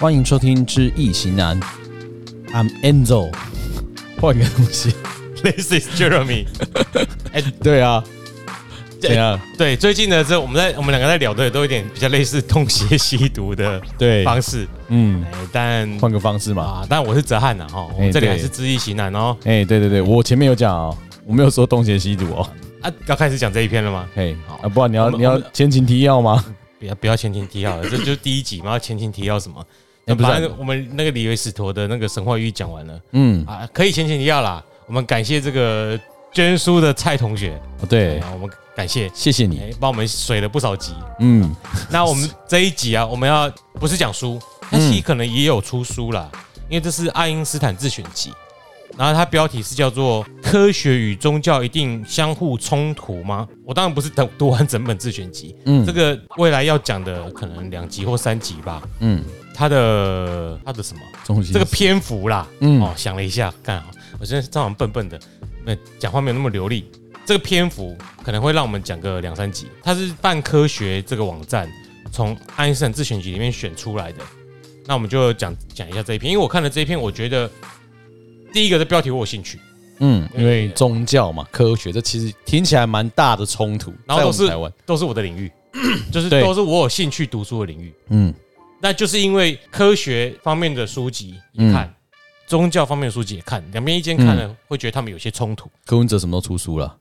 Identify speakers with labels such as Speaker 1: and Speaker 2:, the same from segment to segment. Speaker 1: 欢迎收听《知易行难》，I'm Enzo。换个东西，
Speaker 2: This is Jeremy
Speaker 1: 对啊，怎样？
Speaker 2: 对，最近呢，这我们在我们两个在聊的都有点比较类似通邪吸毒的
Speaker 1: 对，
Speaker 2: 方式，
Speaker 1: 嗯
Speaker 2: 哎，但
Speaker 1: 换个方式嘛。
Speaker 2: 啊，但我是泽汉呐，哈，我
Speaker 1: 哎
Speaker 2: 们这里还
Speaker 1: 对
Speaker 2: 是知易行难哦。
Speaker 1: 哎、对对对，我前面有讲哦，我没有说东邪西毒哦。
Speaker 2: 啊，要开始讲这一篇了吗？
Speaker 1: 嘿，
Speaker 2: 好
Speaker 1: 啊，不然你要
Speaker 2: 我们
Speaker 1: 你要
Speaker 2: 我们
Speaker 1: 前情提要吗？
Speaker 2: 不要不要前情提要了，这就是第一集嘛，要前情提要什么？
Speaker 1: 那不是啊
Speaker 2: 反正我们那个李维斯陀的那个神话寓意讲完了
Speaker 1: 嗯，
Speaker 2: 啊，可以前情提要啦。我们感谢这个捐书的蔡同学，
Speaker 1: 哦对，
Speaker 2: 啊，我们感谢，
Speaker 1: 谢谢你。
Speaker 2: 哎，帮我们水了不少集。
Speaker 1: 嗯，
Speaker 2: 那我们这一集啊，我们要不是讲书，它其实可能也有出书啦，因为这是爱因斯坦自选集，然后它标题是叫做《科学与宗教一定相互冲突吗》。我当然不是读读完整本自选集，
Speaker 1: 嗯
Speaker 2: 这个未来要讲的可能两集或三集吧。
Speaker 1: 嗯，
Speaker 2: 它的它的什么
Speaker 1: 中心
Speaker 2: 这个篇幅啦，
Speaker 1: 嗯
Speaker 2: 哦，想了一下，干，我真的这好像笨笨的，那讲话没有那么流利。这个篇幅可能会让我们讲个两三集。它是泛科学这个网站从爱因斯坦自选集里面选出来的，那我们就讲讲一下这一篇，因为我看了这一篇，我觉得第一个的标题我有兴趣，
Speaker 1: 嗯，因为宗教嘛，科学这其实听起来蛮大的冲突，
Speaker 2: 然后
Speaker 1: 在
Speaker 2: 都
Speaker 1: 我们
Speaker 2: 是
Speaker 1: 台湾，
Speaker 2: 都是我的领域， 就是
Speaker 1: 对
Speaker 2: 都是我有兴趣读书的领域。
Speaker 1: 嗯
Speaker 2: 那就是因为科学方面的书籍也看，宗教方面的书籍也看，两边一间看了、会觉得他们有些冲突。
Speaker 1: 柯文哲什么时候出书了？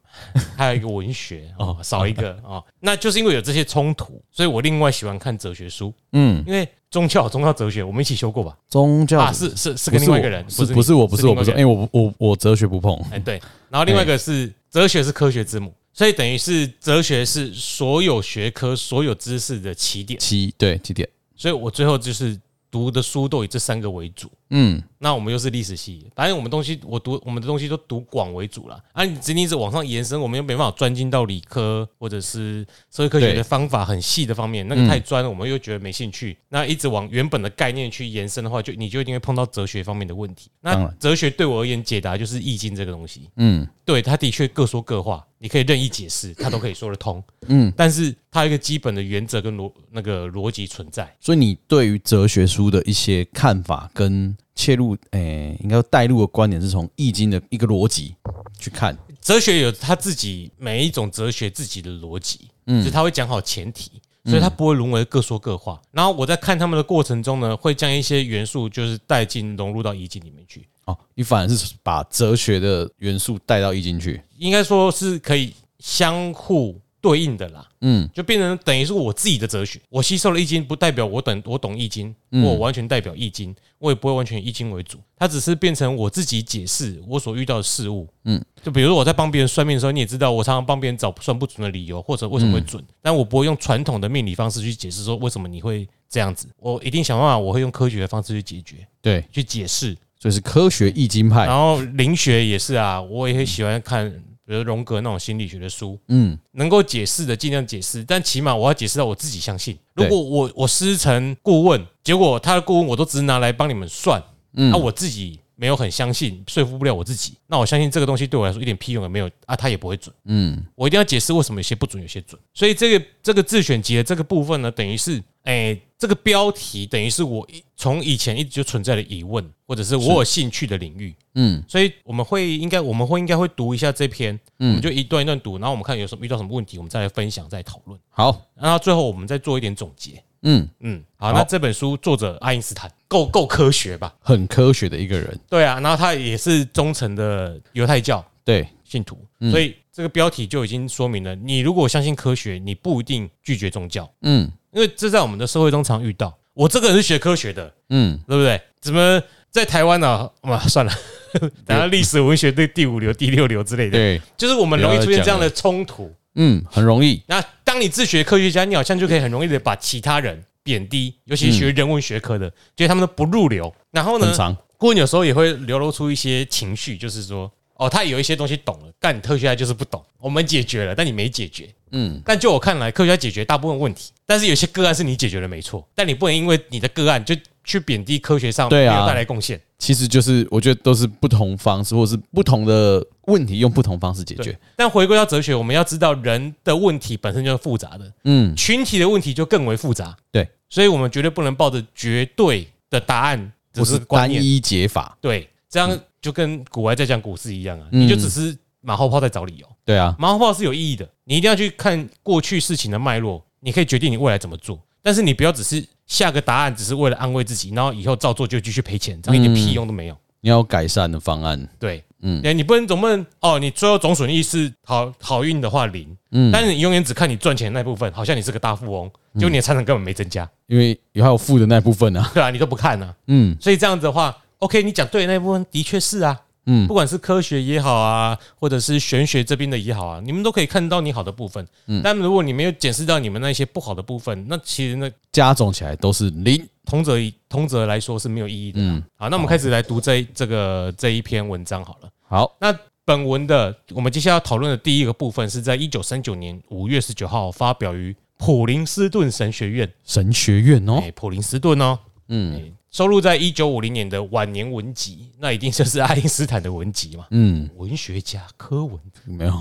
Speaker 2: 还有一个文学哦，少一个哦，那就是因为有这些冲突，所以我另外喜欢看哲学书，
Speaker 1: 嗯，
Speaker 2: 因为宗教有宗教哲学我们一起修过吧？
Speaker 1: 宗教
Speaker 2: 啊，是是是跟另外一个人，
Speaker 1: 不是
Speaker 2: 你
Speaker 1: 我不是我不是我不是，
Speaker 2: 另
Speaker 1: 因
Speaker 2: 外一
Speaker 1: 为我我我哲学不碰，
Speaker 2: 个人哎对，然后另外一个是哲学是科学之母，所以等于是哲学是所有学科所有知识的起点，
Speaker 1: 七对几点？
Speaker 2: 所以我最后就是读的书都以这三个为主。
Speaker 1: 嗯，
Speaker 2: 那我们又是历史系，反正我们东西我读我们的东西都读广为主了啊，你仅仅是往上延伸，我们又没办法钻进到理科或者是社会科学
Speaker 1: 对嗯
Speaker 2: 的方法很细的方面，那个太专了，我们又觉得没兴趣。那一直往原本的概念去延伸的话，就你就一定会碰到哲学方面的问题。
Speaker 1: 当
Speaker 2: 那
Speaker 1: 然
Speaker 2: 哲学对我而言，解答就是《易经》这个东西，
Speaker 1: 嗯
Speaker 2: 对它的确各说各话，你可以任意解释，它都可以说得通，
Speaker 1: 嗯，
Speaker 2: 但是它有一个基本的原则跟逻那个逻辑存在。
Speaker 1: 所以你对于哲学书的一些看法跟切入，诶、应该说带入的观点是从《易经》的一个逻辑去看。
Speaker 2: 哲学有他自己每一种哲学自己的逻辑，所以他会讲好前提，所以他不会沦为各说各话。然后我在看他们的过程中呢，会将一些元素就是带进融入到易经里面去，
Speaker 1: 哦，你反而是把哲学的元素带到《易经》去。
Speaker 2: 应该说是可以相互对应的啦，
Speaker 1: 嗯
Speaker 2: 就变成等于是我自己的哲学。我吸收了易经，不代表我懂我懂易经，
Speaker 1: 嗯
Speaker 2: 我完全代表易经，我也不会完全以易经为主，它只是变成我自己解释我所遇到的事物。
Speaker 1: 嗯，
Speaker 2: 就比如说我在帮别人算命的时候，你也知道，我常常帮别人找算不准的理由，或者为什么会准，
Speaker 1: 嗯
Speaker 2: 但我不会用传统的命理方式去解释说为什么你会这样子，我一定想办法，我会用科学的方式去解决、
Speaker 1: 对，
Speaker 2: 去解释。
Speaker 1: 所以是科学易经派。
Speaker 2: 然后灵学也是啊，我也很喜欢看，比如荣格那种心理学的书，
Speaker 1: 嗯，
Speaker 2: 能够解释的尽量解释，但起码我要解释到我自己相信。如
Speaker 1: 对
Speaker 2: 果我我师承顾问，结果他的顾问我都只是拿来帮你们算，那、
Speaker 1: 嗯
Speaker 2: 我自己没有很相信，说服不了我自己，那我相信这个东西对我来说一点屁用也没有啊，他也不会准。
Speaker 1: 嗯，
Speaker 2: 我一定要解释为什么有些不准，有些准。所以这个这个自选集的这个部分呢，等于是，哎、这个标题等于是我一从以前一直就存在的疑问，或者是我有兴趣的领域。
Speaker 1: 嗯，
Speaker 2: 所以我们会应该我们会应该会读一下这篇，我们就一段一段读，然后我们看有什么遇到什么问题，我们再来分享，再来讨论，
Speaker 1: 好，
Speaker 2: 然后最后我们再做一点总结。
Speaker 1: 嗯，
Speaker 2: 嗯，好，
Speaker 1: 好
Speaker 2: 那这本书作者爱因斯坦够够科学吧？
Speaker 1: 很科学的一个人。
Speaker 2: 对啊，然后他也是忠诚的犹太教
Speaker 1: 对，
Speaker 2: 信徒，所以这个标题就已经说明了，你如果相信科学，你不一定拒绝宗教，
Speaker 1: 嗯
Speaker 2: 因为这在我们的社会中常遇到。我这个人是学科学的，
Speaker 1: 嗯，
Speaker 2: 对不对？怎么在台湾呢、嘛、算了， 等下历史文学对第五流、第六流之类的，
Speaker 1: 对，
Speaker 2: 就是我们容易出现这样的冲突。
Speaker 1: 嗯，很容易。
Speaker 2: 那当你自学科学家，你好像就可以很容易的把其他人贬低，尤其是学人文学科的，觉得他们都不入流。然后呢
Speaker 1: 很，长，
Speaker 2: 顾问有时候也会流露出一些情绪，就是说，哦，他有一些东西懂了，但你科学家就是不懂。我们解决了，但你没解决。
Speaker 1: 嗯，
Speaker 2: 但就我看来，科学家解决大部分问题，但是有些个案是你解决了没错，但你不能因为你的个案就去贬低科学上没
Speaker 1: 对
Speaker 2: 有
Speaker 1: 啊
Speaker 2: 带来贡献。
Speaker 1: 其实就是我觉得都是不同方式，或者是不同的问题用不同方式解决
Speaker 2: 对。，但回归到哲学，我们要知道人的问题本身就是复杂的，
Speaker 1: 嗯，
Speaker 2: 群体的问题就更为复杂。
Speaker 1: 对，
Speaker 2: 所以我们绝对不能抱着绝对的答案，
Speaker 1: 不
Speaker 2: 只
Speaker 1: 是
Speaker 2: 观
Speaker 1: 单
Speaker 2: 念。
Speaker 1: 一解法。
Speaker 2: 对，这样就跟古外在讲股市一样啊，
Speaker 1: 嗯
Speaker 2: 你就只是马后炮在找理由。
Speaker 1: 对啊，
Speaker 2: 马后炮是有意义的，你一定要去看过去事情的脉络，你可以决定你未来怎么做。但是你不要只是下个答案，只是为了安慰自己，然后以后照做就继续赔钱，这样一点屁用都没有。
Speaker 1: 你要有改善的方案。
Speaker 2: 对，
Speaker 1: 嗯
Speaker 2: 嗯，你不能总不能哦，你最后总损益是好好运的话零，
Speaker 1: 嗯，
Speaker 2: 但是你永远只看你赚钱的那部分，好像你是个大富翁，结果你的财产根本没增加，
Speaker 1: 因为还有负的那部分啊。
Speaker 2: 对啊，你都不看啊。
Speaker 1: 嗯
Speaker 2: 所以这样子的话，OK，你讲对的那部分的确是啊，
Speaker 1: 嗯
Speaker 2: 不管是科学也好啊，或者是玄学这边的也好啊，你们都可以看到你好的部分。
Speaker 1: 嗯
Speaker 2: 但如果你没有检视到你们那些不好的部分，那其实那
Speaker 1: 加总起来都是零。
Speaker 2: 通则通则来说是没有意义的。
Speaker 1: 嗯，
Speaker 2: 好，那我们开始来读这一这个这一篇文章好了。
Speaker 1: 好，
Speaker 2: 那本文的我们接下来要讨论的第一个部分是在一九三九年五月十九号发表于普林斯顿神学院，
Speaker 1: 神学院
Speaker 2: 哎、
Speaker 1: 哦，
Speaker 2: 普林斯顿哦，
Speaker 1: 嗯
Speaker 2: 收录在一九五零年的晚年文集，那一定就是爱因斯坦的文集嘛，
Speaker 1: 嗯，
Speaker 2: 文学家科文。
Speaker 1: 没有，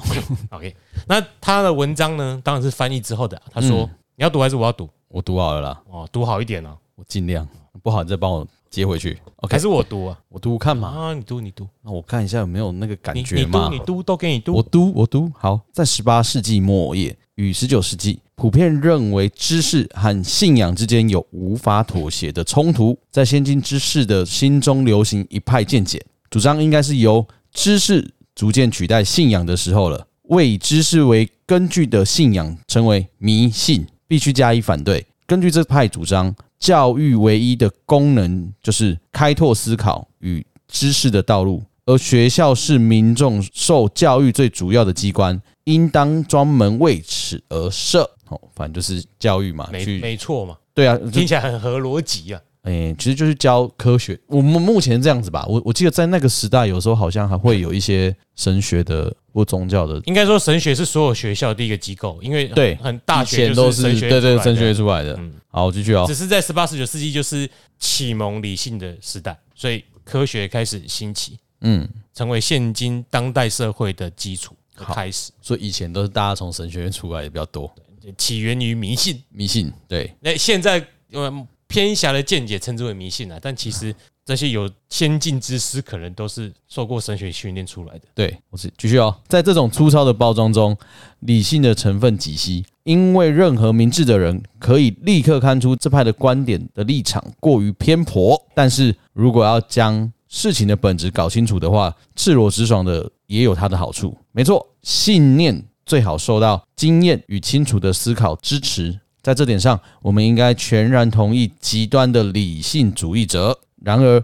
Speaker 2: OK，那他的文章呢，当然是翻译之后的啊、他说、
Speaker 1: 嗯
Speaker 2: 你要读还是我要读？
Speaker 1: 我读好了啦，
Speaker 2: 哦，读好一点哦，
Speaker 1: 我尽量，不好你再帮我接回去。OK，
Speaker 2: 还是我读啊？
Speaker 1: 我读看嘛，
Speaker 2: 啊，你读，你读，
Speaker 1: 那我看一下有没有那个感
Speaker 2: 你
Speaker 1: 觉
Speaker 2: 你
Speaker 1: 嘛
Speaker 2: 读，。你读，都给你
Speaker 1: 我
Speaker 2: 读。
Speaker 1: 读，我读。好，在十八世纪末叶与十九世纪，普遍认为知识和信仰之间有无法妥协的冲突，在先进知识的心中流行一派见解，主张应该是由知识逐渐取代信仰的时候了。未以知识为根据的信仰称为迷信，必须加以反对。根据这派主张，教育唯一的功能就是开拓思考与知识的道路，而学校是民众受教育最主要的机关，应当专门为此而设。哦，反正就是教育嘛，
Speaker 2: 没
Speaker 1: 去
Speaker 2: 没错嘛，
Speaker 1: 对啊，就
Speaker 2: 听起来很合逻辑啊。
Speaker 1: 诶、其实就是教科学。我们目前这样子吧，我我记得在那个时代，有时候好像还会有一些神学的或宗教的，
Speaker 2: 应该说神学是所有学校的第一个机构，因为很
Speaker 1: 对
Speaker 2: 很大
Speaker 1: 以
Speaker 2: 学
Speaker 1: 前
Speaker 2: 就
Speaker 1: 都
Speaker 2: 是神学
Speaker 1: 对
Speaker 2: 出
Speaker 1: 对
Speaker 2: 来的
Speaker 1: 神学出来的。
Speaker 2: 嗯
Speaker 1: 好，我继续哦
Speaker 2: 只。是在十八、十九世纪就是启蒙理性的时代，所以科学开始兴起，
Speaker 1: 嗯，
Speaker 2: 成为现今当代社会的基础和
Speaker 1: 好
Speaker 2: 开始，
Speaker 1: 所以以前都是大家从神学院出来的比较多，
Speaker 2: 起源于迷信。
Speaker 1: 迷信对，
Speaker 2: 那现在呃偏狭的见解称之为迷信啊，但其实这些有先进之师可能都是受过神学训练出来的。
Speaker 1: 对，我是继续哦。在这种粗糙的包装中，理性的成分几息，因为任何明智的人可以立刻看出这派的观点的立场过于偏颇。但是如果要将事情的本质搞清楚的话，赤裸直爽的也有它的好处。没错，信念最好受到经验与清楚的思考支持。在这点上，我们应该全然同意极端的理性主义者。然而，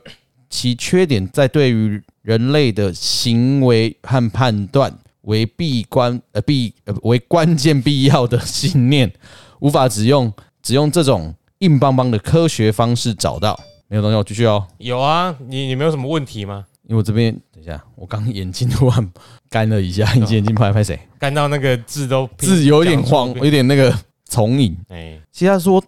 Speaker 1: 其缺点在对于人类的行为和判断为必关呃必呃为关键必要的信念，无法只用只用这种硬邦邦的科学方式找到。没有东西，我继续哦，
Speaker 2: 有啊，你你没有什么问题吗？
Speaker 1: 因为我这边等一下，我刚眼睛突然干了一下，你眼睛拍拍谁？
Speaker 2: 看到那个字都
Speaker 1: 字有点晃，有点那个重影。
Speaker 2: 哎，
Speaker 1: 其实他说，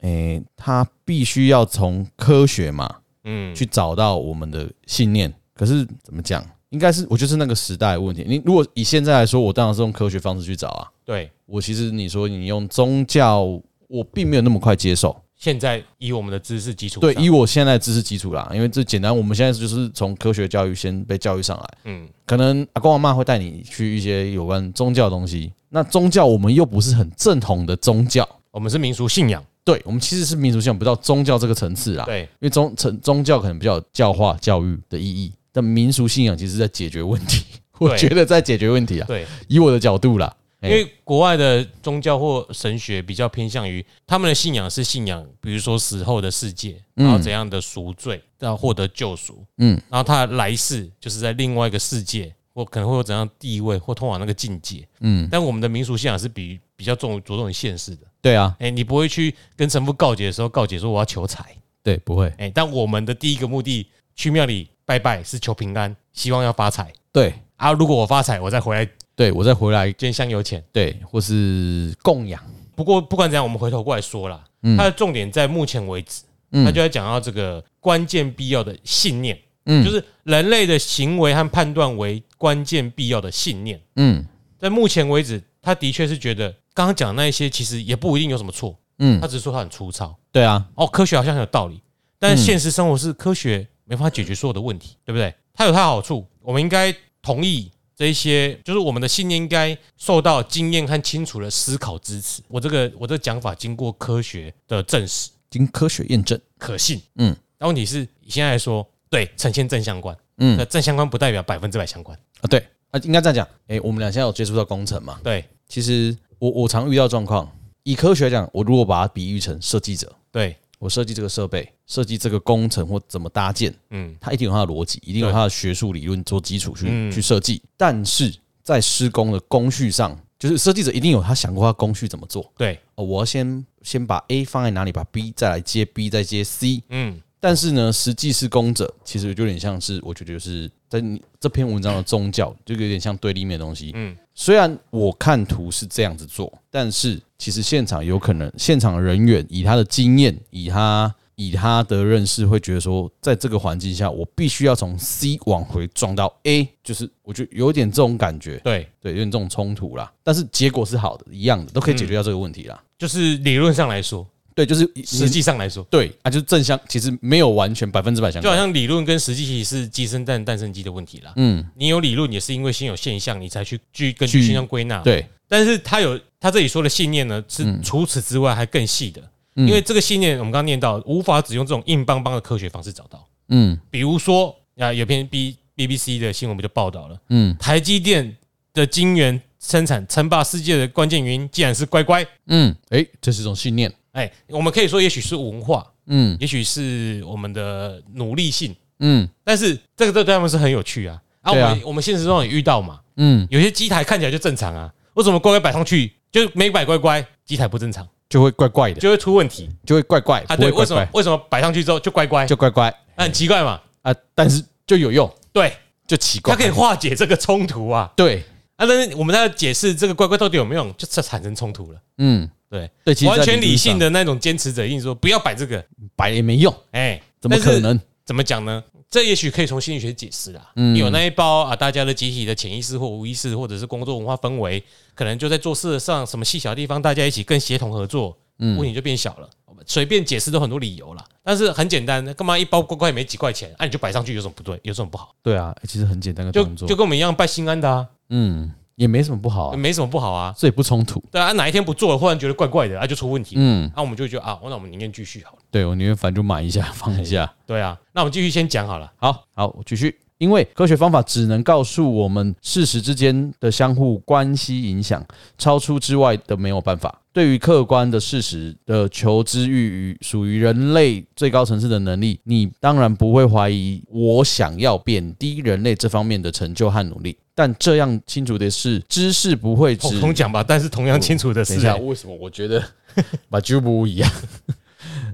Speaker 1: 诶、他必须要从科学嘛，
Speaker 2: 嗯，
Speaker 1: 去找到我们的信念。可是怎么讲，应该是我就是那个时代的问题。你如果以现在来说，我当然是用科学方式去找啊。
Speaker 2: 对。
Speaker 1: 我其实你说你用宗教，我并没有那么快接受。
Speaker 2: 现在以我们的知识基础，
Speaker 1: 对，以，我现在的知识基础啦，因为这简单，我们现在就是从科学教育先被教育上来。
Speaker 2: 嗯，
Speaker 1: 可能阿公阿妈会带你去一些有关宗教的东西。那宗教我们又不是很正统的宗教，
Speaker 2: 我们是民俗信仰，
Speaker 1: 对我们其实是民俗信仰不到宗教这个层次啦。
Speaker 2: 对，
Speaker 1: 因为宗宗宗教可能比较有教化教育的意义，但民俗信仰其实在解决问题，我觉得在解决问题啊。
Speaker 2: 对，
Speaker 1: 以我的角度啦，
Speaker 2: 因
Speaker 1: 哎
Speaker 2: 为国外的宗教或神学比较偏向于他们的信仰是信仰，比如说死后的世界，然后怎样的赎罪，要获得救赎，
Speaker 1: 嗯
Speaker 2: 嗯，然后他的来世就是在另外一个世界，或可能会有怎样的地位或通往那个境界，
Speaker 1: 嗯
Speaker 2: 嗯，但我们的民俗信仰是比比较重着重于现实的，
Speaker 1: 对啊，
Speaker 2: 哎，你不会去跟神父告解的时候告解说我要求财，
Speaker 1: 对，不会，
Speaker 2: 哎，但我们的第一个目的去庙里拜拜是求平安，希望要发财。
Speaker 1: 对，
Speaker 2: 啊，如果我发财，我再回来
Speaker 1: 对我再回来，
Speaker 2: 捐香油钱。
Speaker 1: 对，或是供养，
Speaker 2: 不过不管怎样，我们回头过来说啦，
Speaker 1: 嗯
Speaker 2: 它的重点在目前为止，
Speaker 1: 嗯
Speaker 2: 它就在讲到这个关键必要的信念，
Speaker 1: 嗯
Speaker 2: 就是人类的行为和判断为关键必要的信念。
Speaker 1: 嗯
Speaker 2: 在目前为止，他的确是觉得刚刚讲的那一些其实也不一定有什么错，他
Speaker 1: 嗯，
Speaker 2: 只是说他很粗糙。
Speaker 1: 对啊，
Speaker 2: 哦，科学好像很有道理，但
Speaker 1: 嗯
Speaker 2: 是现实生活是科学没办法解决所有的问题，对不对？它有它的好处，我们应该同意这一些，就是我们的信念应该受到经验和清楚的思考支持。我这个我这个讲法经过科学的证实，
Speaker 1: 经科学验证，
Speaker 2: 可信。
Speaker 1: 嗯，
Speaker 2: 但问题是现在来说，对呈现正相关，
Speaker 1: 嗯
Speaker 2: 那正相关不代表百分之百相关，
Speaker 1: 啊，对啊，应该这样讲，诶，我们俩现在有接触到工程嘛？
Speaker 2: 对
Speaker 1: 其实我我常遇到状况，以科学来讲，我如果把它比喻成设计者，
Speaker 2: 对，
Speaker 1: 我设计这个设备，设计这个工程或怎么搭建，
Speaker 2: 嗯，
Speaker 1: 它一定有它的逻辑，一定有
Speaker 2: 对
Speaker 1: 它的学术理论做基础去、
Speaker 2: 嗯
Speaker 1: 去设计。但是在施工的工序上，就是设计者一定有他想过他工序怎么做。
Speaker 2: 对，
Speaker 1: 哦，我要先先把 A 放在哪里，把 B 再来接 B 再接 C。
Speaker 2: 嗯，
Speaker 1: 但是呢，实际施工者其实就有点像是，我觉得就是在你这篇文章的宗教，就有点像对立面的东西。
Speaker 2: 嗯
Speaker 1: 嗯，虽然我看图是这样子做，但是其实现场有可能，现场人员以他的经验，以他以他的认识，会觉得说，在这个环境下，我必须要从 C 往回撞到 A，就是我觉得有点这种感觉，
Speaker 2: 对，
Speaker 1: 对，有点这种冲突啦。但是结果是好的，一样的，都可以解决掉这个问题啦。
Speaker 2: 就是理论上来说，
Speaker 1: 对，就是
Speaker 2: 实际上来说。
Speaker 1: 对啊，就是正相，其实没有完全百分之百相
Speaker 2: 就
Speaker 1: 关
Speaker 2: 好。像理论跟实际其实是鸡生蛋，蛋生鸡的问题啦。
Speaker 1: 嗯，
Speaker 2: 你有理论也是因为先有现象，你才去去根据
Speaker 1: 去
Speaker 2: 现象归纳。，
Speaker 1: 对，
Speaker 2: 但是他有他这里说的信念呢，是除此之外还更细的，
Speaker 1: 嗯
Speaker 2: 因为这个信念我们刚刚念到，无法只用这种硬邦邦的科学方式找到。
Speaker 1: 嗯
Speaker 2: 比如说啊，有篇 B BBC 的新闻不就报道了，
Speaker 1: 嗯
Speaker 2: 台积电的晶圆生产称霸世界的关键原因，竟然是乖乖。
Speaker 1: 嗯，诶，这是一种信念。
Speaker 2: 哎，我们可以说，也许是文化，
Speaker 1: 嗯
Speaker 2: 也许是我们的努力性。
Speaker 1: 嗯
Speaker 2: 但是这个对他们是很有趣啊。啊，我
Speaker 1: 对啊
Speaker 2: 们我们现实中也遇到嘛，
Speaker 1: 嗯，
Speaker 2: 有些机台看起来就正常啊，为什么乖乖摆上去就没摆乖乖，机台不正常
Speaker 1: 就会怪怪的，
Speaker 2: 就会出问题
Speaker 1: 就会怪怪
Speaker 2: 啊？
Speaker 1: 不会
Speaker 2: 对，为
Speaker 1: 怪
Speaker 2: 什么
Speaker 1: 怪
Speaker 2: 为什么摆上去之后就乖乖，
Speaker 1: 就怪怪
Speaker 2: 那很奇怪嘛？
Speaker 1: 啊，但是就有用，
Speaker 2: 对，
Speaker 1: 就奇怪
Speaker 2: 它可。以化解这个冲突啊
Speaker 1: 对，
Speaker 2: 啊！但是我们在解释这个乖乖到底有没有用，就是产生冲突了。
Speaker 1: 嗯，
Speaker 2: 对，
Speaker 1: 对，其实
Speaker 2: 完全理性
Speaker 1: 的
Speaker 2: 的那种坚持者一定说不要摆这个，
Speaker 1: 摆也没用，
Speaker 2: 哎，
Speaker 1: 怎么可
Speaker 2: 但是
Speaker 1: 能？
Speaker 2: 怎么讲呢？这也许可以从心理学解释啦。
Speaker 1: 嗯
Speaker 2: 有那一包啊，大家的集体的潜意识或无意识，或者是工作文化氛围，可能就在做事上什么细小地方，大家一起更协同合作，
Speaker 1: 嗯
Speaker 2: 问题就变小了。我们随便解释都很多理由啦，但是很简单，干嘛一包乖乖也没几块钱，啊你就摆上去有什么不对，有什么不好？
Speaker 1: 对啊，其实很简单的
Speaker 2: 就
Speaker 1: 动作
Speaker 2: 就，跟我们一样拜心安的啊，
Speaker 1: 嗯，也没什么不好啊，
Speaker 2: 没什么不好啊。
Speaker 1: 这也不冲突。
Speaker 2: 对啊，哪一天不做了，忽然觉得怪怪的，啊就出问题，
Speaker 1: 嗯，
Speaker 2: 那、我们就觉得啊，那我们宁愿继续好了。
Speaker 1: 对我宁愿反正就买一下放一下。
Speaker 2: 对啊，那我们继续先讲好了。
Speaker 1: 好好，我继续。因为科学方法只能告诉我们事实之间的相互关系影响，超出之外的没有办法。对于客观的事实的求知欲与属于人类最高层次的能力，你当然不会怀疑我想要贬低人类这方面的成就和努力。但这样清楚的是，知识不会只
Speaker 2: 同同讲吧，但是同样清楚的
Speaker 1: 等一
Speaker 2: 是
Speaker 1: 下，，啊为什么我觉得 把就不一样？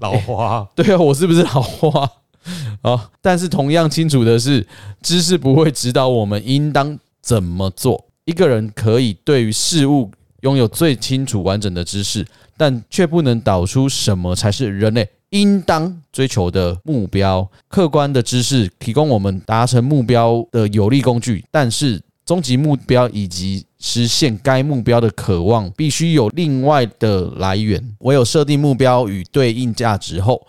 Speaker 2: 老花。
Speaker 1: 对啊，我是不是老花？好，但是同样清楚的是，知识不会指导我们应当怎么做。一个人可以对于事物拥有最清楚完整的知识，但却不能导出什么才是人类应当追求的目标。客观的知识提供我们达成目标的有力工具，但是终极目标以及实现该目标的渴望，必须有另外的来源。唯有设定目标与对应价值后，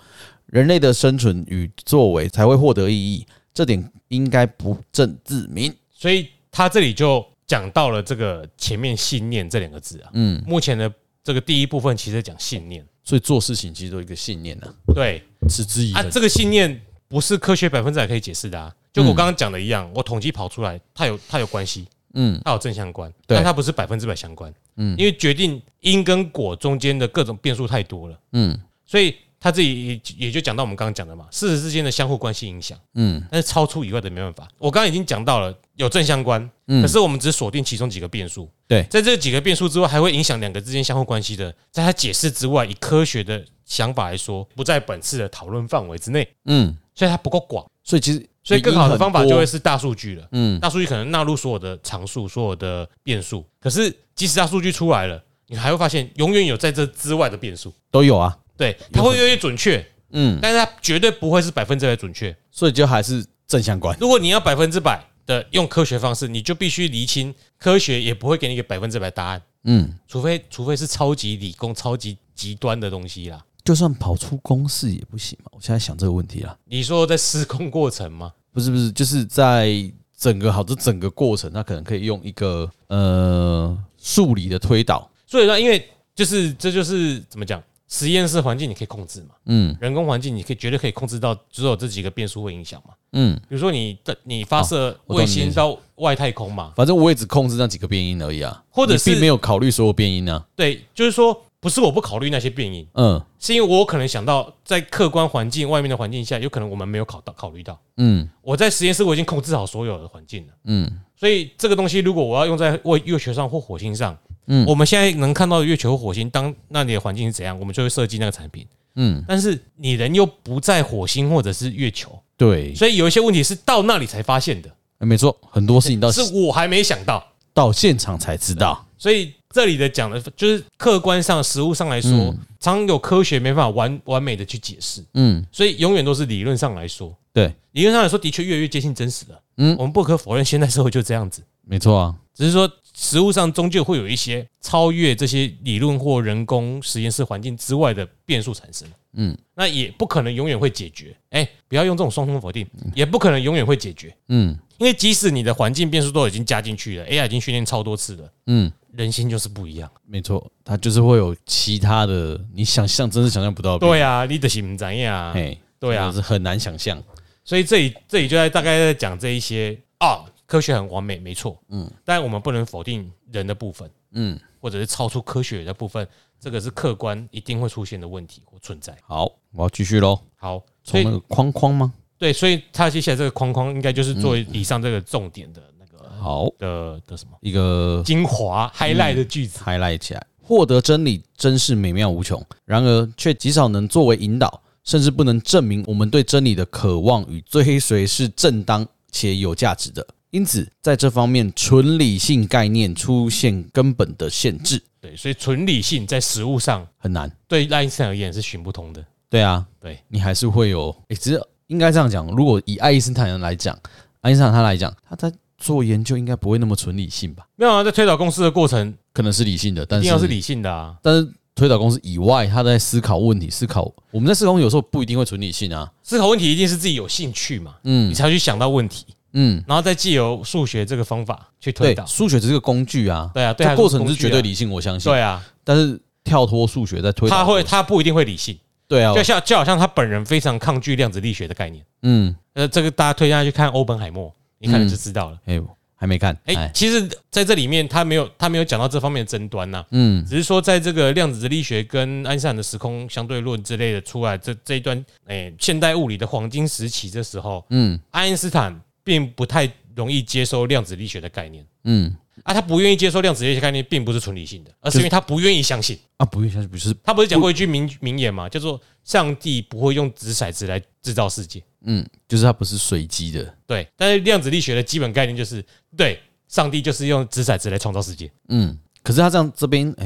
Speaker 1: 人类的生存与作为才会获得意义。这点应该不证自明。
Speaker 2: 所以他这里就讲到了这个前面信念这两个字啊。
Speaker 1: 嗯，
Speaker 2: 目前的这个第一部分其实在讲信念，
Speaker 1: 所以做事情其实都有一个信念呢、啊
Speaker 2: 对
Speaker 1: 持之以
Speaker 2: 啊，这个信念不是科学百分之百可以解释的啊。就我刚刚讲的一样，我统计跑出来，它有它有关系，
Speaker 1: 嗯
Speaker 2: 它有正相关，
Speaker 1: 对
Speaker 2: 但它不是百分之百相关。
Speaker 1: 嗯，
Speaker 2: 嗯因为决定因跟果中间的各种变数太多了，
Speaker 1: 嗯
Speaker 2: 所以他自己也也就讲到我们刚刚讲的嘛，事实之间的相互关系影响，
Speaker 1: 嗯
Speaker 2: 但是超出以外的没办法。我刚刚已经讲到了有正相关，
Speaker 1: 嗯
Speaker 2: 可是我们只锁定其中几个变数。
Speaker 1: 对
Speaker 2: 在这几个变数之外，还会影响两个之间相互关系的。在它解释之外，以科学的想法来说，不在本次的讨论范围之内，
Speaker 1: 嗯，
Speaker 2: 所以它不够广。
Speaker 1: 所以其实
Speaker 2: 所以更好的方法
Speaker 1: 你赢很
Speaker 2: 就
Speaker 1: 多
Speaker 2: 会是大数据了。
Speaker 1: 嗯，
Speaker 2: 大数据可能纳入所有的常数、所有的变数。可是即使大数据出来了，你还会发现永远有在这之外的变数。
Speaker 1: 都有啊，
Speaker 2: 对，它会越来越准确，
Speaker 1: 嗯，
Speaker 2: 但是它绝对不会是百分之百准确。
Speaker 1: 所以就还是正相关。
Speaker 2: 如果你要百分之百的用科学方式，你就必须厘清科学也不会给你一个百分之百答案，
Speaker 1: 嗯，
Speaker 2: 除非除非是超级理工、超级极端的东西啦。
Speaker 1: 就算跑出公式也不行嘛。我现在想这个问题啊，
Speaker 2: 你说在施工过程吗？
Speaker 1: 不是不是，就是在整个好这整个过程，它可能可以用一个呃数理的推导，
Speaker 2: 所以说，因为就是这就是怎么讲，实验室环境你可以控制嘛，
Speaker 1: 嗯
Speaker 2: 人工环境你可以绝对可以控制到只有这几个变数会影响嘛。
Speaker 1: 嗯，
Speaker 2: 比如说你的你发射
Speaker 1: 哦我懂
Speaker 2: 卫
Speaker 1: 你的意
Speaker 2: 星
Speaker 1: 思
Speaker 2: 到外太空嘛，
Speaker 1: 反正我也只控制那几个变音而已啊，
Speaker 2: 或者
Speaker 1: 你
Speaker 2: 是
Speaker 1: 并没有考虑所有变音啊，
Speaker 2: 对，就是说不是我不考虑那些变因，
Speaker 1: 嗯
Speaker 2: 是因为我可能想到在客观环境外面的环境下，有可能我们没有考到考虑到。
Speaker 1: 嗯
Speaker 2: 我在实验室我已经控制好所有的环境了，
Speaker 1: 嗯
Speaker 2: 所以这个东西如果我要用在为月球上或火星上，
Speaker 1: 嗯
Speaker 2: 我们现在能看到的月球、火星，当那里的环境是怎样，我们就会设计那个产品。
Speaker 1: 嗯，
Speaker 2: 但是你人又不在火星或者是月球，
Speaker 1: 对，
Speaker 2: 所以有一些问题是到那里才发现的，
Speaker 1: 没错，很多事情到
Speaker 2: 是我还没想到。
Speaker 1: 到现场才知道，
Speaker 2: 所以这里的讲的，就是客观上、实物上来说，常有科学没办法完完美的去解释，
Speaker 1: 嗯，
Speaker 2: 所以永远都是理论上来说，
Speaker 1: 对，
Speaker 2: 理论上来说的确越来越接近真实了。
Speaker 1: 嗯
Speaker 2: 嗯，我们不可否认，现代社会就这样子，
Speaker 1: 没错啊，
Speaker 2: 只是说实物上终究会有一些超越这些理论或人工实验室环境之外的变数产生。
Speaker 1: 嗯
Speaker 2: 嗯，那也不可能永远会解决。哎、不要用这种双重否定，也不可能永远会解决，
Speaker 1: 嗯
Speaker 2: 因为即使你的环境变数都已经加进去了，AI 已经训练超多次了，
Speaker 1: 嗯。
Speaker 2: 人心就是不一样。
Speaker 1: 没错，它就是会有其他的，你想象真是想象不到的变
Speaker 2: 对啊，你的是不怎样啊
Speaker 1: 化，？哎，
Speaker 2: 对啊
Speaker 1: 真的是很难想象。
Speaker 2: 所以这里这里就在大概在讲这一些啊，科学很完美，没错，嗯，但我们不能否定人的部分，
Speaker 1: 嗯，
Speaker 2: 或者是超出科学的部分，这个是客观一定会出现的问题或存在。
Speaker 1: 好，我要继续喽。
Speaker 2: 好，所
Speaker 1: 从那
Speaker 2: 以
Speaker 1: 个框框吗？
Speaker 2: 对，所以他接下来这个框框应该就是作为以上这个重点的那个
Speaker 1: 好，
Speaker 2: 的的什么
Speaker 1: 一个
Speaker 2: 精华 highlight 的句子，
Speaker 1: highlight 起来。获得真理真是美妙无穷，然而却极少能作为引导，甚至不能证明我们对真理的渴望与追随是正当且有价值的。因此，在这方面，纯理性概念出现根本的限制，
Speaker 2: 对，所以纯理性在实物上
Speaker 1: 很难。
Speaker 2: 对爱因斯坦而言是行不通的，
Speaker 1: 对啊，
Speaker 2: 对
Speaker 1: 你还是会有，诶、只是应该这样讲。如果以爱因斯坦人来讲，爱因斯坦他来讲，他在做研究应该不会那么纯理性吧？
Speaker 2: 没有啊，在推导公式的过程
Speaker 1: 可能是理性的，
Speaker 2: 一
Speaker 1: 但
Speaker 2: 定
Speaker 1: 是
Speaker 2: 要是理性的啊，
Speaker 1: 但是推导公司以外，他在思考问题，思考我们在思考问题有时候不一定会纯理性啊。
Speaker 2: 思考问题一定是自己有兴趣嘛，你
Speaker 1: 嗯
Speaker 2: 才会去想到问题，
Speaker 1: 嗯，
Speaker 2: 然后再借由数学这个方法去推
Speaker 1: 对
Speaker 2: 导，。
Speaker 1: 数学只是个工具啊，
Speaker 2: 对啊，对啊，
Speaker 1: 这过程
Speaker 2: 工具
Speaker 1: 是
Speaker 2: 啊
Speaker 1: 绝对理性，我相信。
Speaker 2: 对啊，
Speaker 1: 但是跳脱数学在推导，
Speaker 2: 他会他不一定会理性，
Speaker 1: 对啊
Speaker 2: 就，像就好像他本人非常抗拒量子力学的概念。
Speaker 1: 嗯，
Speaker 2: 呃，这个大家推荐他去看欧本海默，你看了就知道了。
Speaker 1: 哎、还没看，哎、
Speaker 2: 哎，其实在这里面他没有他没有讲到这方面的争端呐、
Speaker 1: 嗯
Speaker 2: 只是说在这个量子力学跟爱因斯坦的时空相对论之类的出来这这一段，哎，现代物理的黄金时期这时候，
Speaker 1: 嗯
Speaker 2: 爱因斯坦并不太容易接受量子力学的概念。
Speaker 1: 嗯，
Speaker 2: 啊，他不愿意接受量子力学概念，并不是纯理性的，而是因为他不愿意相信。
Speaker 1: 啊，不用相信，不是，
Speaker 2: 他不是讲过一句名名言嘛，叫做“上帝不会用掷骰子来制造世界
Speaker 1: 嗯，就是它不是随机的，”。
Speaker 2: 对，但是量子力学的基本概念就是，对，上帝就是用掷骰子来创造世界。
Speaker 1: 嗯。可是他这样这边，哎、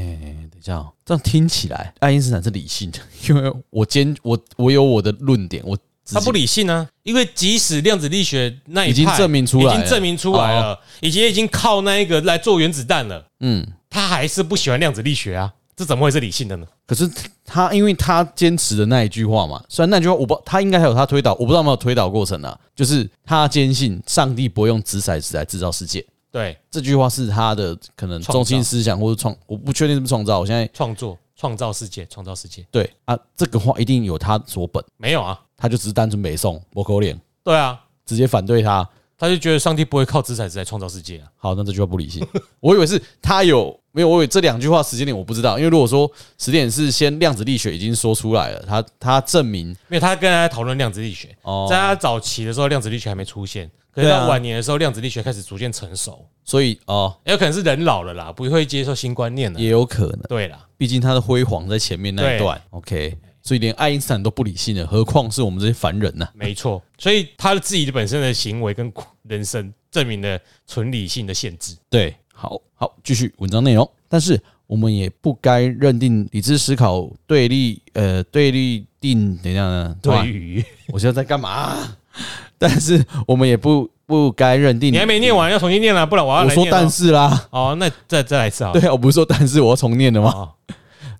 Speaker 1: 等一下、哦，这样听起来爱因斯坦是理性的，因为我坚我我有我的论点，我自己
Speaker 2: 他不理性啊，因为即使量子力学那一派
Speaker 1: 已经证明出来了哦
Speaker 2: 已经证明出来了，已经已经靠那一个来做原子弹了，
Speaker 1: 嗯，
Speaker 2: 他还是不喜欢量子力学啊，这怎么会是理性的呢？
Speaker 1: 可是他因为他坚持的那一句话嘛，虽然那句话我不，他应该还有他推导，我不知道有没有推导过程啊。就是他坚信上帝不会用掷骰子来制造世界，
Speaker 2: 对，
Speaker 1: 这句话是他的可能中心思想或者创，我不确定是不是创造。我现在
Speaker 2: 创作、创造世界、创造世界，
Speaker 1: 对啊，这个话一定有他所本，
Speaker 2: 没有啊，
Speaker 1: 他就只是单纯北宋我口脸，
Speaker 2: 对啊，
Speaker 1: 直接反对他。
Speaker 2: 他就觉得上帝不会靠掷骰子来创造世界啊。
Speaker 1: 好，那这句话不理性。 我以为是他有没有？我以为这两句话时间点我不知道，因为如果说时间点是先量子力学已经说出来了，他他证明
Speaker 2: 因为他跟大家讨论量子力学，
Speaker 1: 哦
Speaker 2: 在他早期的时候，量子力学还没出现，可是
Speaker 1: 对啊
Speaker 2: 到晚年的时候，量子力学开始逐渐成熟，
Speaker 1: 所以哦
Speaker 2: 也有可能是人老了啦，不会接受新观念了。
Speaker 1: 也有可能。
Speaker 2: 对啦，
Speaker 1: 毕竟他的辉煌在前面那一段。OK，所以连爱因斯坦都不理性了，何况是我们这些凡人呢、
Speaker 2: 没错，所以他自己的本身的行为跟人生证明了纯理性的限制。
Speaker 1: 对，好好继续文章内容，但是我们也不该认定理智思考对立，呃，对立定怎样呢？
Speaker 2: 对
Speaker 1: 哇
Speaker 2: 于
Speaker 1: 我现在在干嘛、 但是我们也不不该认定。
Speaker 2: 你还没念完，要重新念了，不然我要
Speaker 1: 我
Speaker 2: 来
Speaker 1: 说
Speaker 2: 念
Speaker 1: 但
Speaker 2: 了
Speaker 1: 是啦，
Speaker 2: 哦，那再再来一次好了。
Speaker 1: 对啊，我不是说但是，我要重念的吗？
Speaker 2: 哦，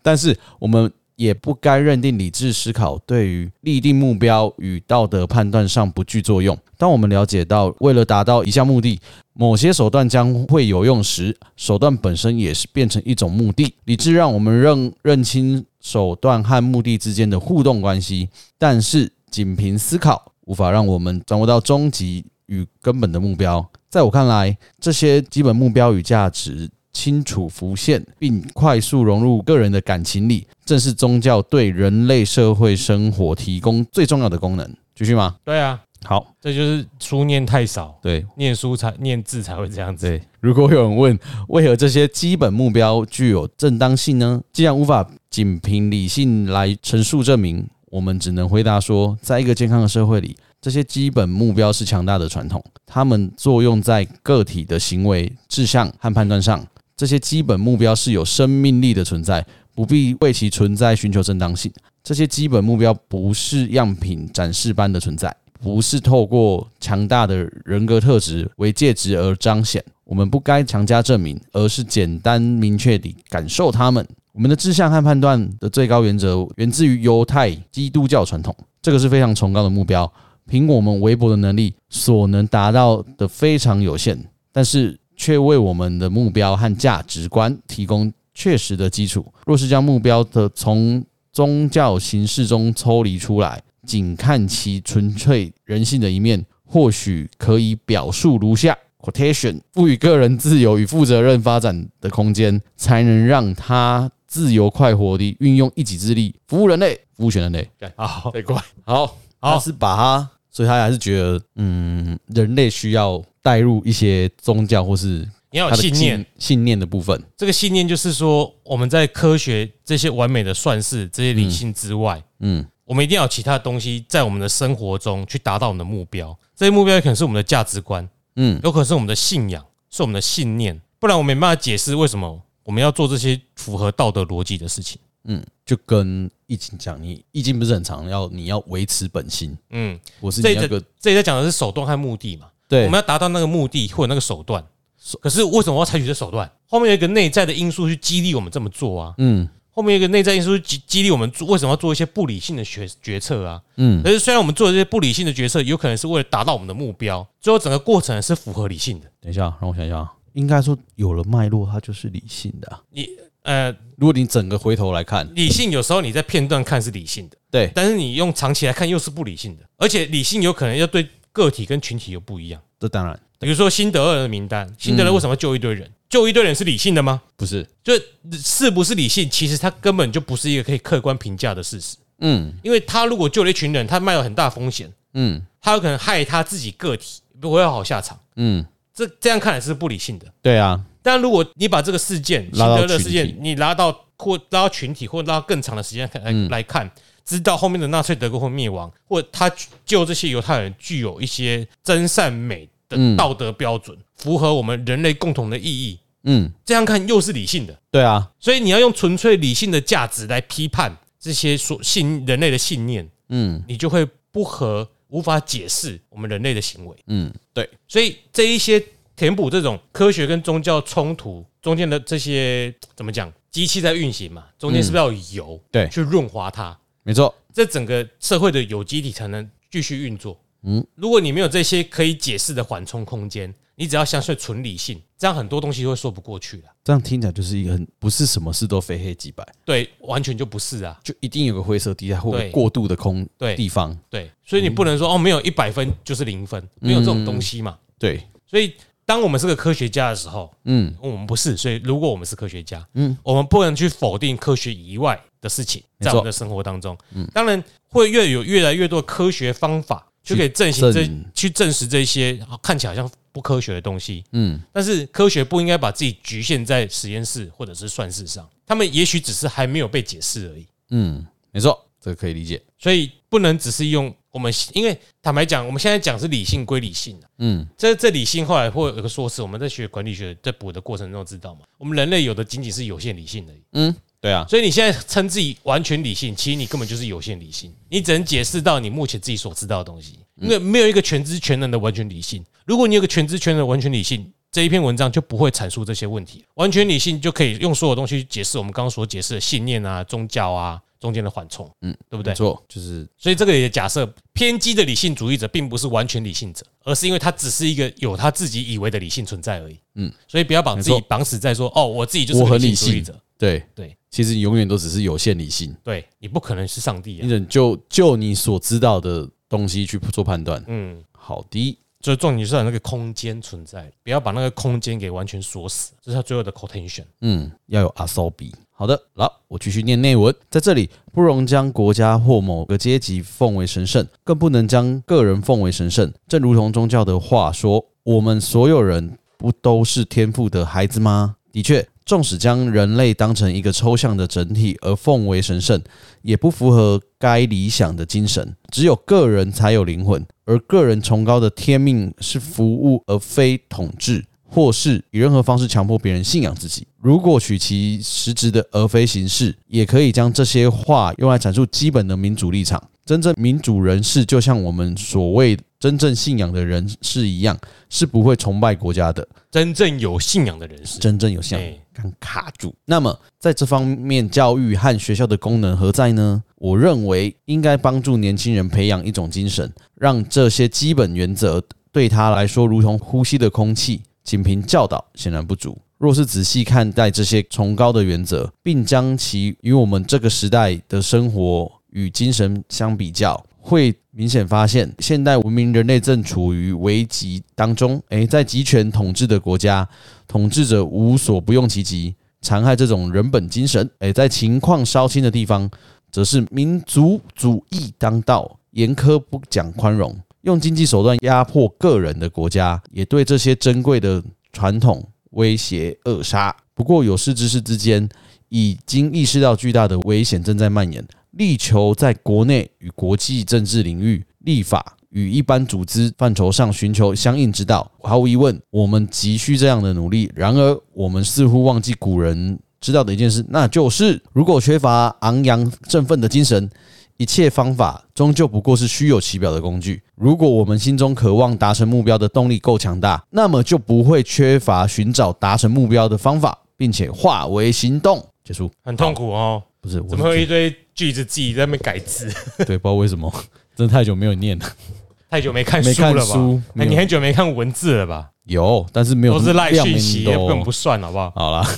Speaker 1: 但是我们也不该认定理智思考对于立定目标与道德判断上不具作用。当我们了解到为了达到一项目的，某些手段将会有用时，手段本身也是变成一种目的。理智让我们认认清手段和目的之间的互动关系，但是仅凭思考无法让我们掌握到终极与根本的目标。在我看来，这些基本目标与价值清楚浮现，并快速融入个人的感情里，正是宗教对人类社会生活提供最重要的功能。继续吗？
Speaker 2: 对啊，
Speaker 1: 好，
Speaker 2: 这就是书念太少，
Speaker 1: 对
Speaker 2: 念书才念字才会这样子。
Speaker 1: 对。如果有人问为何这些基本目标具有正当性呢？既然无法仅凭理性来陈述证明，我们只能回答说，在一个健康的社会里，这些基本目标是强大的传统，它们作用在个体的行为、志向和判断上。这些基本目标是有生命力的存在，不必为其存在寻求正当性。这些基本目标不是样品展示般的存在，不是透过强大的人格特质为介质而彰显。我们不该强加证明，而是简单明确地感受它们。我们的志向和判断的最高原则源自于犹太基督教传统，这个是非常崇高的目标，凭我们微薄的能力所能达到的非常有限，但是却为我们的目标和价值观提供确实的基础。若是将目标的从宗教形式中抽离出来，仅看其纯粹人性的一面，或许可以表述如下。quotation 赋予个人自由与负责任发展的空间，才能让他自由快活地运用一己之力服务人类、服务全人类。
Speaker 2: 好，
Speaker 1: 太怪。好，
Speaker 2: 好
Speaker 1: 他是把他，所以他还是觉得，嗯，人类需要带入一些宗教或是
Speaker 2: 你要
Speaker 1: 他
Speaker 2: 有
Speaker 1: 的
Speaker 2: 信念，
Speaker 1: 信念的部分。
Speaker 2: 这个信念就是说，我们在科学这些完美的算式、这些理性之外，
Speaker 1: 嗯，
Speaker 2: 我们一定要有其他东西在我们的生活中去达到我们的目标。这些目标有可能是我们的价值观，
Speaker 1: 嗯，
Speaker 2: 有可能是我们的信仰，是我们的信念，不然我没办法解释为什么我们要做这些符合道德逻辑的事情。
Speaker 1: 就跟易经讲，你易经不是很常要你要维持本心，
Speaker 2: 嗯，
Speaker 1: 我是
Speaker 2: 这
Speaker 1: 你
Speaker 2: 一
Speaker 1: 那
Speaker 2: 个
Speaker 1: 个
Speaker 2: 这里在讲的是手段和目的嘛，我
Speaker 1: 对
Speaker 2: 们要达到那个目的或者那个手段。可是为什么我要采取这手段？后面有一个内在的因素去激励我们这么做啊。
Speaker 1: 嗯
Speaker 2: 后面有一个内在因素去激激励我们做为什么要做一些不理性的决决策啊。
Speaker 1: 嗯
Speaker 2: 可是虽然我们做的这些不理性的决策，有可能是为了达到我们的目标，最后整个过程是符合理性的。
Speaker 1: 等一下，让我想一下啊，应该说有了脉络，它就是理性的啊、
Speaker 2: 呃，
Speaker 1: 如果你整个回头来看，
Speaker 2: 理性有时候你在片段看是理性的，
Speaker 1: 对
Speaker 2: 但是你用长期来看又是不理性的，而且理性有可能要对个体跟群体又不一样。
Speaker 1: 这当然
Speaker 2: 比如说辛德勒的名单，辛德勒为什么要救一堆人？救一堆人是理性的吗？
Speaker 1: 不是，
Speaker 2: 就是不是理性，其实它根本就不是一个可以客观评价的事实，
Speaker 1: 嗯
Speaker 2: 因为他如果救了一群人，他冒了很大风险，
Speaker 1: 嗯
Speaker 2: 他有可能害他自己个体不会有好下场。
Speaker 1: 嗯，
Speaker 2: 这这样看来是不理性的。
Speaker 1: 对啊，
Speaker 2: 但如果你把这个事件，辛
Speaker 1: 拉到
Speaker 2: 德勒事
Speaker 1: 群
Speaker 2: 件
Speaker 1: 体，
Speaker 2: 你拉到或拉到群体，或拉到更长的时间看来、
Speaker 1: 嗯
Speaker 2: 来看，知道后面的纳粹德国会灭亡，或他就这些犹太人具有一些真善美的
Speaker 1: 嗯
Speaker 2: 道德标准，符合我们人类共同的意义，
Speaker 1: 嗯
Speaker 2: 这样看又是理性的。
Speaker 1: 对啊，
Speaker 2: 所以你要用纯粹理性的价值来批判这些所信人类的信念，
Speaker 1: 嗯
Speaker 2: 你就会不合无法解释我们人类的行为。
Speaker 1: 嗯对，
Speaker 2: 所以这一些填补这种科学跟宗教冲突中间的这些怎么讲，机器在运行嘛，中间是不是要有油、
Speaker 1: 嗯对
Speaker 2: 去润滑它？
Speaker 1: 没错，
Speaker 2: 这整个社会的有机体才能继续运作。嗯
Speaker 1: 嗯，
Speaker 2: 如果你没有这些可以解释的缓冲空间，你只要相信纯理性，这样很多东西会说不过去了。
Speaker 1: 这样听起来就是一个很不是什么事都非黑即白，
Speaker 2: 对，完全就不是啊。
Speaker 1: 就一定有个灰色地带或
Speaker 2: 对
Speaker 1: 者过度的空
Speaker 2: 对
Speaker 1: 地方。
Speaker 2: 对，所以你不能说、哦，没有一百分就是零分，没有这种东西嘛。
Speaker 1: 对，
Speaker 2: 所以当我们是个科学家的时候，
Speaker 1: 嗯
Speaker 2: 我们不是，所以如果我们是科学家，嗯
Speaker 1: 嗯，
Speaker 2: 我们不能去否定科学以外的事情，
Speaker 1: 没
Speaker 2: 在
Speaker 1: 错
Speaker 2: 我们的生活当中，嗯，当然会越有越来越多的科学方法就可以证行这
Speaker 1: 去证
Speaker 2: 去证实这些看起来好像不科学的东西，
Speaker 1: 嗯
Speaker 2: 但是科学不应该把自己局限在实验室或者是算式上，他们也许只是还没有被解释而已。
Speaker 1: 嗯，没错，这个可以理解。
Speaker 2: 所以不能只是用我们，因为坦白讲，我们现在讲是理性归理性啊
Speaker 1: 嗯，
Speaker 2: 这这理性后来会有个硕士，我们在学管理学在补的过程中知道嘛，我们人类有的仅仅是有限理性而已。
Speaker 1: 对啊，
Speaker 2: 所以你现在称自己完全理性，其实你根本就是有限理性，你只能解释到你目前自己所知道的东西，
Speaker 1: 嗯
Speaker 2: 因为没有一个全知全能的完全理性。如果你有个全知全能的完全理性，这一篇文章就不会阐述这些问题。完全理性就可以用所有东西去解释我们刚刚所解释的信念啊、宗教啊中间的缓冲，嗯，对不对
Speaker 1: 没？错，就是
Speaker 2: 所以这个也假设偏激的理性主义者并不是完全理性者，而是因为他只是一个有他自己以为的理性存在而已。
Speaker 1: 嗯
Speaker 2: 嗯，所以不要把自
Speaker 1: 没
Speaker 2: 己
Speaker 1: 错
Speaker 2: 绑死在说哦，我自己就是
Speaker 1: 我
Speaker 2: 个
Speaker 1: 很
Speaker 2: 理
Speaker 1: 理
Speaker 2: 性主义
Speaker 1: 性
Speaker 2: 者。
Speaker 1: 对
Speaker 2: 对。
Speaker 1: 其实你永远都只是有限理性，
Speaker 2: 对你不可能是上帝
Speaker 1: 你
Speaker 2: 啊。
Speaker 1: 只能就就你所知道的东西去做判断。
Speaker 2: 嗯，
Speaker 1: 好的，
Speaker 2: 就是重点是有那个空间存在，不要把那个空间给完全锁死，这是他最后的 quotation。
Speaker 1: 嗯，要有阿骚比。好的，好，我继续念内文。在这里，不容将国家或某个阶级奉为神圣，更不能将个人奉为神圣。正如同宗教的话说：“我们所有人不都是天赋的孩子吗？”的确，纵使将人类当成一个抽象的整体而奉为神圣，也不符合该理想的精神。只有个人才有灵魂，而个人崇高的天命是服务而非统治，或是以任何方式强迫别人信仰自己。如果取其实质的而非形式，也可以将这些话用来阐述基本的民主立场。真正民主人士，就像我们所谓真正信仰的人士一样，是不会崇拜国家的。
Speaker 2: 真正有信仰的人士，
Speaker 1: 真正有信仰
Speaker 2: 哎
Speaker 1: 刚卡住。那么，在这方面，教育和学校的功能何在呢？我认为应该帮助年轻人培养一种精神，让这些基本原则对他来说如同呼吸的空气，仅凭教导显然不足。若是仔细看待这些崇高的原则，并将其与我们这个时代的生活与精神相比较，会明显发现，现代文明人类正处于危机当中。诶，在集权统治的国家，统治者无所不用其极，残害这种人本精神。诶，在情况稍轻的地方，则是民族主义当道，严苛不讲宽容，用经济手段压迫个人的国家，也对这些珍贵的传统威胁扼杀。不过，有识之士之间已经意识到巨大的危险正在蔓延，力求在国内与国际政治领域立法。与一般组织范畴上寻求相应之道，毫无疑问，我们急需这样的努力。然而，我们似乎忘记古人知道的一件事，那就是如果缺乏昂扬振奋的精神，一切方法终究不过是虚有其表的工具。如果我们心中渴望达成目标的动力够强大，那么就不会缺乏寻找达成目标的方法，并且化为行动。结束，
Speaker 2: 很痛苦哦。
Speaker 1: 不是？我
Speaker 2: 怎么会有一堆句子自己在那边改字？
Speaker 1: 对？不知道为什么，真的太久没有念了，
Speaker 2: 太久没看
Speaker 1: 没
Speaker 2: 书
Speaker 1: 看
Speaker 2: 了吧？
Speaker 1: 书，
Speaker 2: 哎
Speaker 1: 没有
Speaker 2: 你很久没看文字了吧？
Speaker 1: 有，但是没有
Speaker 2: 都是赖
Speaker 1: 亮
Speaker 2: 讯
Speaker 1: 明
Speaker 2: 息，
Speaker 1: 的
Speaker 2: 根本
Speaker 1: 哦
Speaker 2: 不算，好不好？
Speaker 1: 好啦，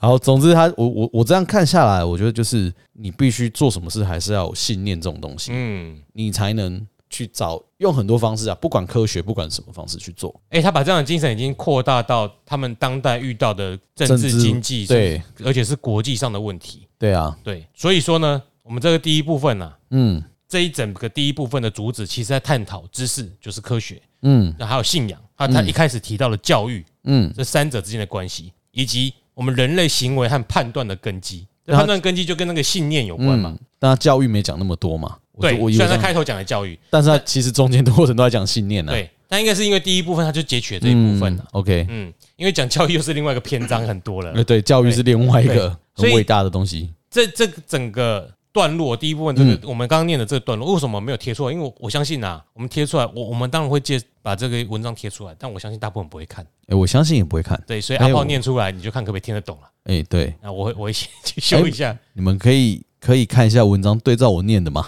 Speaker 1: 然后总之他，我我我这样看下来，我觉得就是你必须做什么事，还是要有信念这种东西，
Speaker 2: 嗯，
Speaker 1: 你才能去找用很多方式啊，不管科学，不管什么方式去做。
Speaker 2: 哎，他把这样的精神已经扩大到他们当代遇到的政
Speaker 1: 政
Speaker 2: 治、
Speaker 1: 治
Speaker 2: 经济，
Speaker 1: 对
Speaker 2: 而且是国际上的问题。
Speaker 1: 对啊，
Speaker 2: 对，所以说呢，我们这个第一部分呢、
Speaker 1: 嗯
Speaker 2: 这一整个第一部分的主旨，其实在探讨知识，就是科学，
Speaker 1: 嗯
Speaker 2: 那还有信仰，还有他一开始提到了教育、
Speaker 1: 嗯，
Speaker 2: 这三者之间的关系，以及我们人类行为和判断的根基。这
Speaker 1: 那他
Speaker 2: 判断根基就跟那个信念有关嘛
Speaker 1: 嗯？，但他教育没讲那么多嘛，我
Speaker 2: 对
Speaker 1: 就我，以
Speaker 2: 虽
Speaker 1: 为
Speaker 2: 然
Speaker 1: 这
Speaker 2: 他
Speaker 1: 样
Speaker 2: 开头讲的教育，
Speaker 1: 但是他其实中间的过程都在讲信念呢、啊，
Speaker 2: 对，但应该是因为第一部分他就截取了这一部分了、
Speaker 1: 嗯 OK，
Speaker 2: 嗯，因为讲教育又是另外一个篇章很多 了
Speaker 1: 呃，。对，教育是另外一个
Speaker 2: 所
Speaker 1: 很
Speaker 2: 以
Speaker 1: 伟大的东西，
Speaker 2: 这这个整个段落第一部分，这个、
Speaker 1: 嗯
Speaker 2: 我们刚刚念的这个段落，为什么没有贴出来？因为我我相信啊，我们贴出来，我我们当然会借把这个文章贴出来，但我相信大部分不会看。
Speaker 1: 哎，我相信也不会看，
Speaker 2: 对，所以
Speaker 1: 还
Speaker 2: 阿
Speaker 1: 有
Speaker 2: 炮念出来，你就看可不可以听得懂了。
Speaker 1: 哎，对，
Speaker 2: 那我会我会先去修一下。
Speaker 1: 你们可以可以看一下文章对照我念的嘛，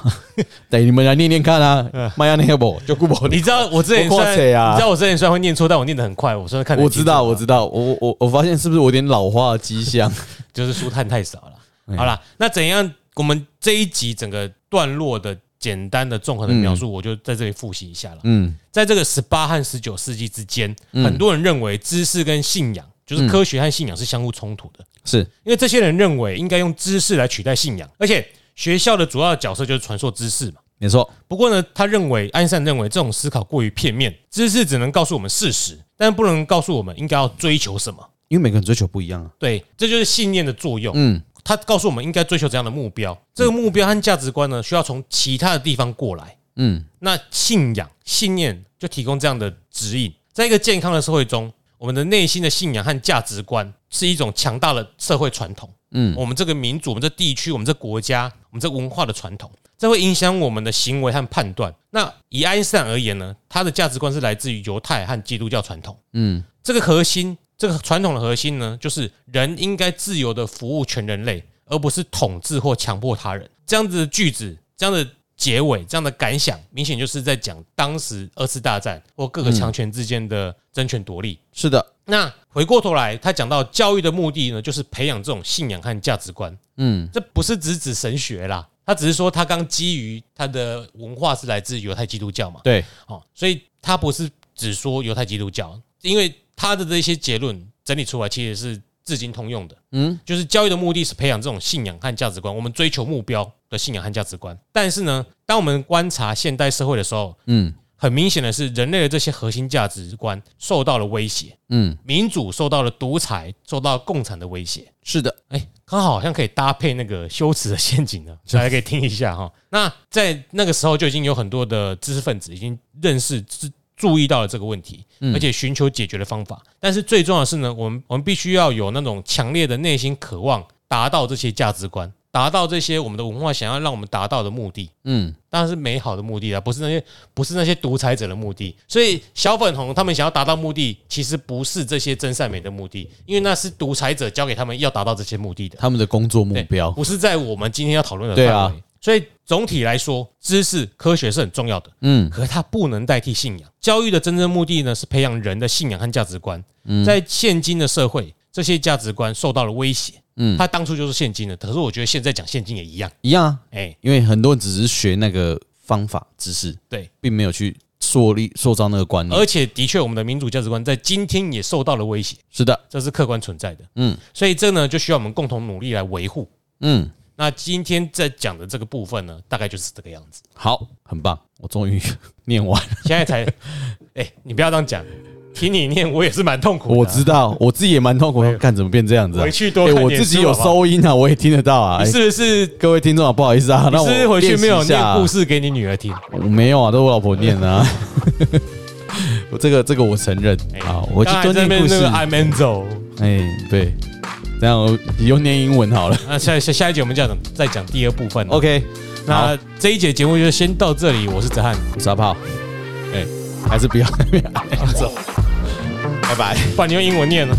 Speaker 1: 对，你们来念念看啊，迈阿密不就顾不
Speaker 2: 你知道我之前
Speaker 1: 我
Speaker 2: 虽
Speaker 1: 看
Speaker 2: 然、
Speaker 1: 册啊
Speaker 2: 你知道我之前虽然会念错，但我念得很快，我虽然看得
Speaker 1: 我
Speaker 2: 很
Speaker 1: 知
Speaker 2: 清楚啊
Speaker 1: 道，我知道，我我我我发现是不是我有点老化的迹 象？
Speaker 2: 就是书探太少了。
Speaker 1: 嗯
Speaker 2: 好啦，那怎样？我们这一集整个段落的简单的综合的描述，我就在这里复习一下了。
Speaker 1: 嗯
Speaker 2: 在这个十八和十九世纪之间，
Speaker 1: 嗯
Speaker 2: 很多人认为知识跟信仰，就是
Speaker 1: 嗯
Speaker 2: 科学和信仰是相互冲突的，
Speaker 1: 是，
Speaker 2: 因为这些人认为应该用知识来取代信仰，而且学校的主要角色就是传授知识嘛。
Speaker 1: 没错，
Speaker 2: 不过呢，他认为安善认为这种思考过于片面，知识只能告诉我们事实，但不能告诉我们应该要追求什么。
Speaker 1: 因为每个人追求不一样啊。
Speaker 2: 对，这就是信念的作用。
Speaker 1: 嗯，
Speaker 2: 他告诉我们应该追求怎样的目标，这个目标和价值观呢，需要从其他的地方过来。
Speaker 1: 嗯，
Speaker 2: 那信仰、信念就提供这样的指引。在一个健康的社会中，我们的内心的信仰和价值观是一种强大的社会传统。
Speaker 1: 嗯
Speaker 2: 嗯，我们这个民族、我们这地区、我们这国家、我们这文化的传统，这会影响我们的行为和判断。那以爱因斯坦而言呢，他的价值观是来自于犹太和基督教传统。
Speaker 1: 嗯，
Speaker 2: 这个核心，这个传统的核心呢，就是人应该自由的服务全人类，而不是统治或强迫他人。这样子的句子，这样的结尾，这样的感想，明显就是在讲当时二次大战或各个强权之间的争权夺利。
Speaker 1: 是的，
Speaker 2: 那回过头来，他讲到教育的目的呢，就是培养这种信仰和价值观。
Speaker 1: 嗯
Speaker 2: 这不是只指神学啦，他只是说他刚基于他的文化是来自犹太基督教嘛。
Speaker 1: 对，
Speaker 2: 哦，所以他不是只说犹太基督教，因为他的这些结论整理出来其实是至今通用的，
Speaker 1: 嗯
Speaker 2: 就是教育的目的是培养这种信仰和价值观，我们追求目标的信仰和价值观。但是呢，当我们观察现代社会的时候，
Speaker 1: 嗯
Speaker 2: 很明显的是，人类的这些核心价值观受到了威胁，
Speaker 1: 嗯，
Speaker 2: 民主受到了独裁，受到共产的威胁。
Speaker 1: 是的，
Speaker 2: 哎，刚好好像可以搭配那个羞耻的陷阱呢，大家可以听一下哈。那在那个时候就已经有很多的知识分子已经认识、注注意到了这个问题，而且寻求解决的方法。但是最重要的是呢，我们我们必须要有那种强烈的内心渴望，达到这些价值观，达到这些我们的文化想要让我们达到的目的。
Speaker 1: 嗯
Speaker 2: 当然是美好的目的啊，不是那些不是那些独裁者的目的。所以小粉红他们想要达到目的，其实不是这些真善美的目的，因为那是独裁者交给他们要达到这些目的的。
Speaker 1: 他们的工作目
Speaker 2: 对
Speaker 1: 标，
Speaker 2: 不是在我们今天要讨论的
Speaker 1: 对
Speaker 2: 范围。
Speaker 1: 啊
Speaker 2: 所以总体来说，知识科学是很重要的，
Speaker 1: 嗯
Speaker 2: 可是它不能代替信仰。教育的真正目的呢，是培养人的信仰和价值观。
Speaker 1: 嗯
Speaker 2: 在现今的社会，这些价值观受到了威胁。
Speaker 1: 嗯
Speaker 2: 嗯，它当初就是现金的，可是我觉得现在讲现金也一样。
Speaker 1: 一样啊，
Speaker 2: 哎、
Speaker 1: 因为很多人只是学那个方法知识，
Speaker 2: 对，
Speaker 1: 并没有去塑立塑造那个观念，
Speaker 2: 而且的确，我们的民主价值观在今天也受到了威胁，
Speaker 1: 是的，
Speaker 2: 这是客观存在的。
Speaker 1: 嗯
Speaker 2: 所以这呢，就需要我们共同努力来维护。
Speaker 1: 嗯，
Speaker 2: 那今天在讲的这个部分呢，大概就是这个样子。
Speaker 1: 好，很棒，我终 于念完，
Speaker 2: 现在才， 哎、你不要这样讲，听你念我也是蛮痛苦的啊、
Speaker 1: 我知 道我自己也蛮痛苦，看怎么变这样子啊
Speaker 2: 回，去多
Speaker 1: 哎
Speaker 2: 看、
Speaker 1: 我自己有，收音啊，我也听得到啊，
Speaker 2: 你
Speaker 1: 哎
Speaker 2: 是不是？
Speaker 1: 各位听众啊，不好意思啊，
Speaker 2: 你
Speaker 1: 那我
Speaker 2: 是不是回去没有
Speaker 1: 练习一下啊
Speaker 2: 念故事给你女儿听？
Speaker 1: 我没有啊，都是我老婆念的啊。 我这个这个我承认
Speaker 2: 哎
Speaker 1: 啊，我就
Speaker 2: 刚才
Speaker 1: 多
Speaker 2: 在那
Speaker 1: 念
Speaker 2: 边
Speaker 1: 故事
Speaker 2: 那。个 I'm Enzo，
Speaker 1: 哎，对，这样我以后念英文好了。
Speaker 2: 那下下下一节我们就要讲再讲第二部分了。
Speaker 1: OK，
Speaker 2: 嗯那这一节节目就先到这里，我是泽汉，
Speaker 1: 傻炮，哎，还是不要那边，
Speaker 2: 拜拜。不然你用英文念了。